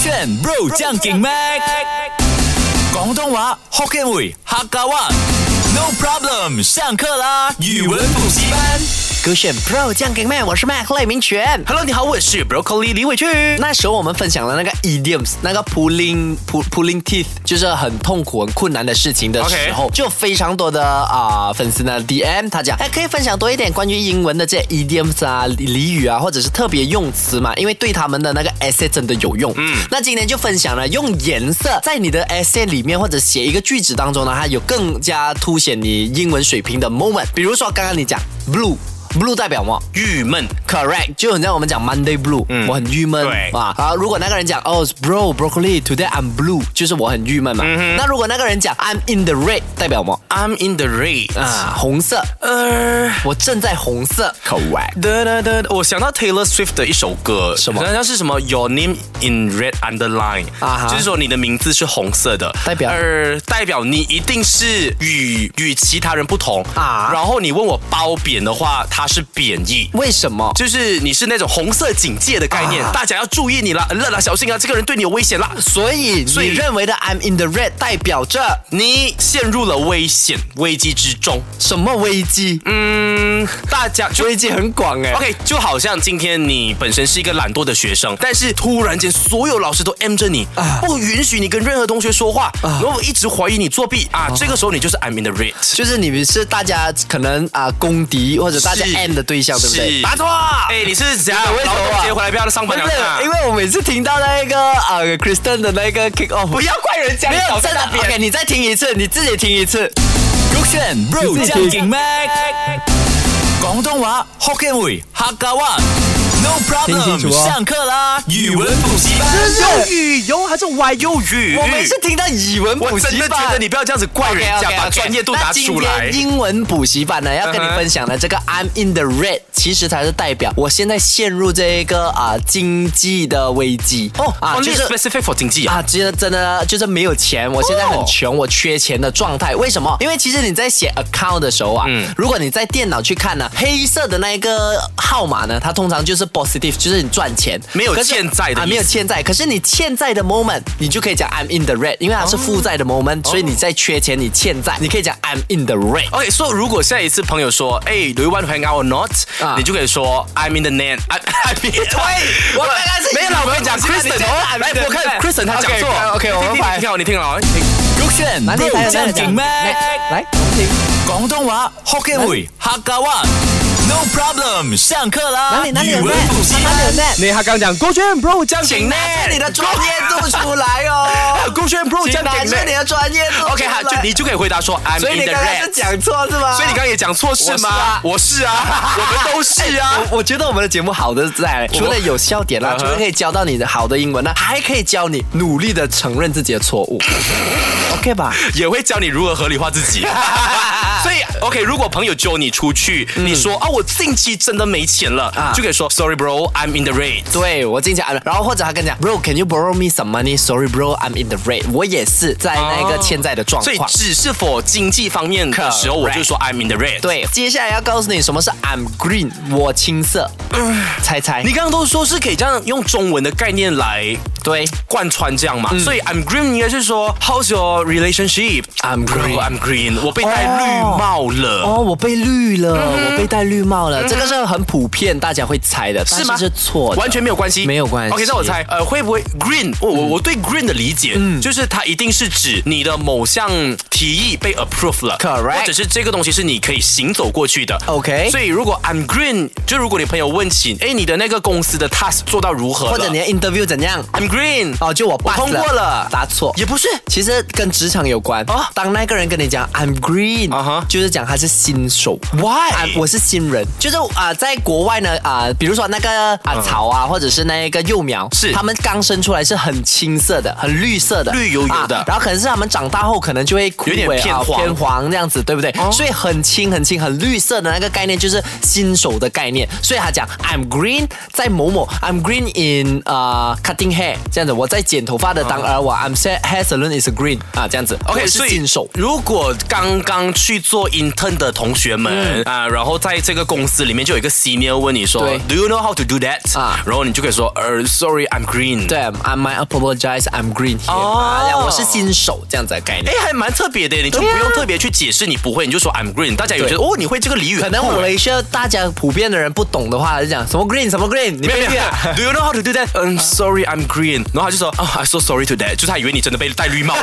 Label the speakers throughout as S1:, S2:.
S1: 选 bro 将劲 mac，广东话 Hokkien 语客家话。No problem，上课啦！语文补习班。
S2: 勾选 Pro 酱给妹，我是 Mac 赖明全。
S3: Hello，你好，我是 Broccoli 李伟俊。
S2: 那时候我们分享了那个 idioms，那个 pulling pull pulling teeth，就是很痛苦、很困难的事情的时候就有非常多的啊、粉丝呢 DM 他讲，哎，可以分享多一点关于英文的这些 idioms 啊、俚语啊，或者是特别用词嘛，因为对他们的那个 essay 真的有用。嗯，那今天就分享了用颜色在你的 essay 里面或者写一个句子当中呢，它有更加凸显你英文水平的 moment。比如说刚刚你讲 blue。Blue 代表什么？
S3: 郁闷，
S2: Correct，就很像我们讲 Monday Blue，、我很郁闷
S3: 嗯对
S2: 啊。好，如果那个人讲哦，Bro Broccoli today I'm blue，就是我很郁闷
S3: 嗯
S2: 嘛。那如果那个人讲 I'm in the red，代表什么
S3: I'm in the rain。
S2: 啊？红色，
S3: 呃，
S2: 我正在红色。Correct，
S3: 哒哒哒，我想到 Taylor Swift 的一首歌，
S2: 什么
S3: 好像是什么 Your name in red underline，
S2: 啊哈
S3: 就是说你的名字是红色的，
S2: 代表
S3: 呃，代表你一定是与与其他人不同
S2: 啊
S3: 然后你问我褒贬的话，它是贬义。
S2: 为什么？
S3: 就是你是那种红色警戒的概念，
S2: 啊
S3: 大家要注意你啦，了啦，小心啊，这个人对你有危险啦。
S2: 所以
S3: 所
S2: 你
S3: 以
S2: 认为的 I'm in the red 代表着
S3: 你陷入了危险危机之中，
S2: 什么危机？
S3: 嗯，大家就
S2: 危机很广哎、
S3: OK，就好像今天你本身是一个懒惰的学生，但是突然间所有老师都 M 着你
S2: 啊，
S3: 不允许你跟任何同学说话，然后一直怀疑你作弊啊，这个时候你就是 I'm in the red，
S2: 就是你们是大家可能啊、公敌或者大家
S3: 是
S2: M 的对象，对不对？
S3: 是
S2: 答错。
S3: 哎，你是怎样？
S2: 为什么啊
S3: 劳动节回来不要上
S2: 不
S3: 班
S2: 是
S3: 了？，啊
S2: 因为我每次听到那个呃 Kristen 的那个 kick off，不要怪人家没有真的。OK，你再听一次，你自己听一次。
S1: 勾选 bro 将劲 mac，广东话 Hokkien 语客家话。No
S2: 听清
S1: problem，、
S2: 楚哦
S1: 上课啦！语文补习班。
S3: 幼语游还是歪幼语？
S2: 我每次听到语文补
S3: 我
S2: 习
S3: 真的觉
S2: 班
S3: 得。你不要这样子怪人
S2: OK，OK，OK
S3: 家，把专业度拿出
S2: 那
S3: 来
S2: 今天。英文补习班呢，要跟你
S3: 嗯哼
S2: 分享的这个 I'm in the red，其实才是代表我现在陷入这一个啊经济的危机哦啊，
S3: Only specific for 经济啊。
S2: 啊，真的真的就是没有钱，我现在很穷，我缺钱的状态。为什么？因为其实你在写 account 的时候啊，
S3: 嗯
S2: 如果你在电脑去看呢、黑色的那一个号码呢，它通常就是 positive，就是你赚钱，
S3: 没有
S2: 可是
S3: 欠债的
S2: 啊，
S3: 意思
S2: 没有欠债。可是你欠债的 moment，你就可以讲 I'm in the red，因为它是负
S3: 哦
S2: 债的 moment，、所以你在缺钱，你欠债，你可以讲 I'm in the red。
S3: OK，所、以如果下一次朋友说，哎、d o you want to hang out or not？、
S2: 啊
S3: 你就可以说，I'm in the net，I I mean，对
S2: 我刚刚是
S3: 没有啦，我跟你讲
S2: 我刚刚是
S3: ，Kristen
S2: 我
S3: 哦，
S2: 刚刚
S3: 来
S2: 是，
S3: 我看
S2: OK，
S3: Kristen 他讲错
S2: OK，OK，我们嗯
S3: 你听
S2: 拍
S3: 你听好，你听好，
S1: 勾选
S2: 哪里来
S1: bro
S2: 的
S1: 将劲 mac。
S2: 来，我们听
S1: 广东话 Hokkien 语客家话。No problem，上课啦！
S3: 哦
S2: 哪里哪里有
S1: 语
S2: red，
S1: 文补习
S2: 哪里有
S1: 班。
S2: red，
S3: 你他刚讲勾选 bro 江
S2: 请拿出你的专业度出来 哦。
S3: 勾选 bro
S2: 请
S3: 江
S2: 拿
S3: 景
S2: 出你
S3: 呢
S2: 的专业度。
S3: ，OK 哈，就你就可以回答说，I'm
S2: 所
S3: in
S2: 以
S3: the
S2: 你刚才
S3: net
S2: 是。讲错是吗？
S3: 所以你刚刚也讲错是吗？我是 啊，我们都是啊。
S2: 哎我我觉得我们的节目好的在，除了有笑点啦，
S3: 嗯哼
S2: 除了可以教到你的好的英文呢，还可以教你努力的承认自己的错误 ，OK 吧？
S3: 也会教你如何合理化自 己。所以，OK，如果朋友揪你出去，你说啊，我近期真的没钱了，
S2: 嗯啊
S3: 就可以说 Sorry, bro, I'm in the rain。
S2: 对，我经常，然后或者他跟你讲，Bro，can you borrow me some money? Sorry, bro, I'm in the red。我也是在那个欠债的状
S3: 所以
S2: 况。
S3: 只是否经济方面的时候，我就说 I'm in the rain。，
S2: 对，接下来要告诉你什么是 I'm green，我青色，猜猜
S3: 你？刚刚都说是可以这样用中文的概念来
S2: 对
S3: 贯穿这样嘛，
S2: 嗯
S3: 所以 I'm green 应该是说 How's your relationship?
S2: I'm green
S3: Bro, I'm green。我被戴绿帽了。
S2: 哦，我被绿了，我被戴绿帽了，这个是很普遍，大家会猜的，
S3: 是吗
S2: 但嗯是是错的，
S3: 完全没有关系，
S2: 没有关系嗯
S3: OK，那我猜，呃，会不会 green？我我、我对 green 的理解，就是它一定是指你的某项提议被 approve 了
S2: Correct
S3: 或者是这个东西是你可以行走过去的。
S2: OK
S3: 所以如果 I'm green，就如果你朋友问起，哎，你的那个公司的 task 做到如何了
S2: 或者你的 interview 怎样？
S3: I'm green，、
S2: 哦，就我 pass
S3: 通过了
S2: 答错。
S3: 也不是。
S2: 其实跟职场有关
S3: 哦
S2: 当那个人跟你讲 I'm green，、
S3: 啊哈
S2: 就是讲他是新手。
S3: Why？
S2: 啊，我是新人，就是啊、在国外呢啊、比如说那个啊、草啊，或者是那个幼苗，
S3: 嗯是
S2: 他们刚生出来是很青色的，很绿色的，
S3: 绿油油的
S2: 啊然后可能是他们长大后可能就会枯
S3: 有点
S2: 萎
S3: 偏
S2: 啊
S3: 黄
S2: 偏黄这样子，对不对？
S3: 哦
S2: 所以很青很青很绿色的那个概念就是新手的概念，所以他讲 I'm green 在某某，I'm green in 啊、cutting hair 这样子，我在剪头发的
S3: 哦
S2: 呃当儿我 I'm sa- hair salon is green 啊这样子
S3: OK，
S2: 我是
S3: 所以
S2: 新手。
S3: 如果刚刚去做 intern 的同学们、啊，然后在这个公司里面就有一个 senior 问你说
S2: 嗯对
S3: ，Do you know how to do that？、
S2: 啊
S3: 然后你就可以说，呃，Sorry，I'm green。
S2: 对，I m I apologize, I'm green here
S3: 哦
S2: 啊。这样我是新手这样子的概
S3: 哎
S2: 念。，
S3: 还蛮特别的，
S2: 啊
S3: 你就不用特别去解释你不会，你就说 I'm green，大家有觉得哦，你会这个俚语，
S2: 可能我
S3: 没
S2: 们需要大家普遍的人不懂的话，就讲什么 green 什么 green，你
S3: 有
S2: 没
S3: 没有
S2: 去啊？
S3: ，Do you know how to do that？嗯，Sorry，I'm green。然后他就说，啊，I'm so sorry to that，就是他以为你真的被戴绿 帽。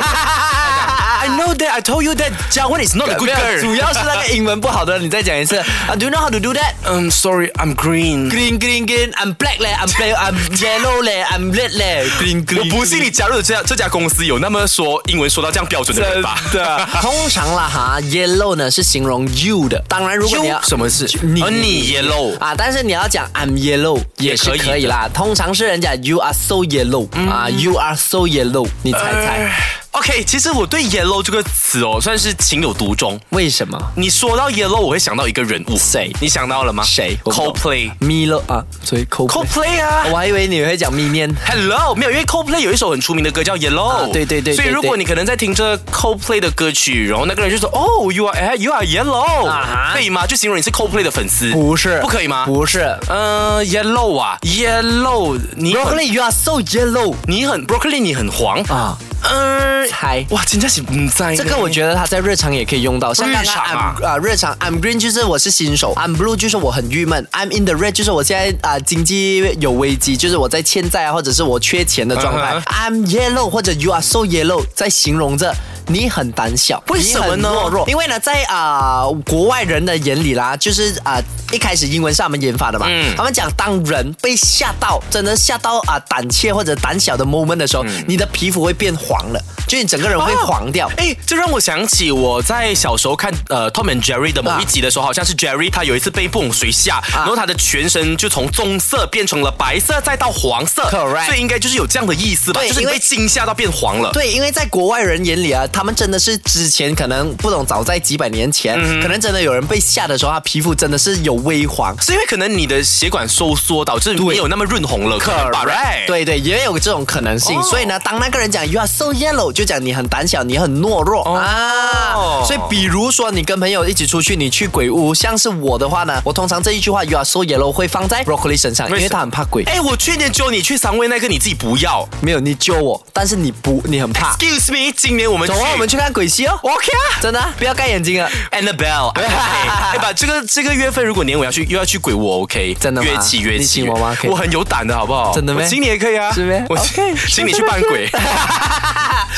S3: I know that, I told you that. 嘉文 is not a good
S2: 没有，主
S3: girl.
S2: 要是那个英文不好的，你再讲一 次啊，Do you know how to do that？
S3: 嗯，Sorry, I'm green.
S2: Green green green, I'm black 嘞，I'm black, I'm yellow 嘞，I'm red 嘞，green green。
S3: 我不信你加入的这家这家公司有那么说英文说到这样标准的人吧？
S2: 的。通常啦哈，yellow 呢是形容 you 的，当然如果你要
S3: You 什么是
S2: 你
S3: 而你 yellow
S2: 啊，但是你要讲 I'm yellow 也是
S3: 可以的嗯
S2: 可以啦。通常是人家 you are so yellow 啊，you are so yellow，你猜
S3: 呃
S2: 猜
S3: OK，其实我对 yellow 这个词哦，算是情有独钟。
S2: 为什么
S3: 你说到 yellow，我会想到一个人物，
S2: 谁
S3: 你想到了吗？
S2: 谁我不懂
S3: ？Coldplay。
S2: ？Milo 啊，所以 Coldplay，
S3: Coldplay 啊
S2: 我还以为你会讲 Minion。
S3: Hello，没有，因为 Coldplay 有一首很出名的歌叫 Yellow，、
S2: 啊对对对对
S3: 所以如果你可能在听着 Coldplay 的歌曲，然后那个人就说哦，You are you are yellow，、
S2: 啊哈
S3: 可以吗？就形容你是 Coldplay 的粉丝，
S2: 不是，
S3: 不可以吗？
S2: 不是
S3: 呃，Yellow 啊，Yellow，你很
S2: ，Broccoli you are so yellow
S3: 你很 Broccoli，你很黄啊，
S2: 啊，
S3: 呃，
S2: 猜。
S3: 哇，真的是唔知呢
S2: 这个我觉得他在日常也可以用到，像刚
S3: 日
S2: 刚
S3: 常
S2: I'm
S3: 啊
S2: 啊、日常 I'm green 就是我是新手，I'm blue 就是我很郁闷，I'm in the red 就是我现在啊、经济有危机，就是我在欠债啊或者是我缺钱的状态、
S3: 嗯
S2: I'm yellow 或者 you are so yellow 在形容着。你很胆小，
S3: 为什么呢
S2: 你很懦弱，因为呢，在啊、国外人的眼里啦，就是啊、一开始英文是他们研发的嘛，
S3: 嗯
S2: 他们讲当人被吓到，真的吓到啊、胆怯或者胆小的 moment 的时候，你的皮肤会变黄了，就你整个人会
S3: 嗯哦
S2: 黄掉。
S3: 哎，这让我想起我在小时候看呃 Tom and Jerry 的
S2: 啊
S3: 某一集的时候，好像是 Jerry 他有一次被不懂谁吓，然后他的全身就从棕色变成了白色，再到黄色
S2: Correct
S3: 所以应该就是有这样的意思吧？
S2: 对
S3: 就是你
S2: 因为
S3: 被惊吓到变黄了。
S2: 对，因为在国外人眼里啊，他们真的是之前可能不懂，早在几百年前，
S3: 嗯
S2: 可能真的有人被吓的时候，他皮肤真的是有微黄。
S3: 是因为可能你的血管收缩导致没有那么润红了，可能吧 right？
S2: 对对，也有这种可能性。
S3: 哦
S2: 所以呢，当那个人讲 “you are so yellow”，就讲你很胆小，你很懦
S3: 哦
S2: 弱、啊。所以，比如说你跟朋友一起出去，你去鬼屋，像是我的话
S3: 哦
S2: 呢，我通常这一句话 “you are so yellow” 会放在 broccoli 身上，因
S3: 为什
S2: 为他很怕鬼。
S3: 哎，我去年揪你去三位那个，你自己不要。
S2: 没有，你救我，但是你不，你很怕。
S3: Excuse me，今年我们
S2: 啊走啊，我们去看鬼戏哦。
S3: OK 啊。
S2: 真的啊、不要盖眼睛啊。
S3: Annabelle，哎， 把这个这个月份，如果年尾要去又要去鬼屋我，OK，
S2: 真的吗
S3: 约起约
S2: 你
S3: 起，
S2: 请我吗可以
S3: 我很有胆的，好不好？
S2: 真的咩
S3: 我请你也可以啊，
S2: 是咩
S3: 我
S2: OK，
S3: 请你去扮鬼，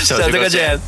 S2: 小这个圈。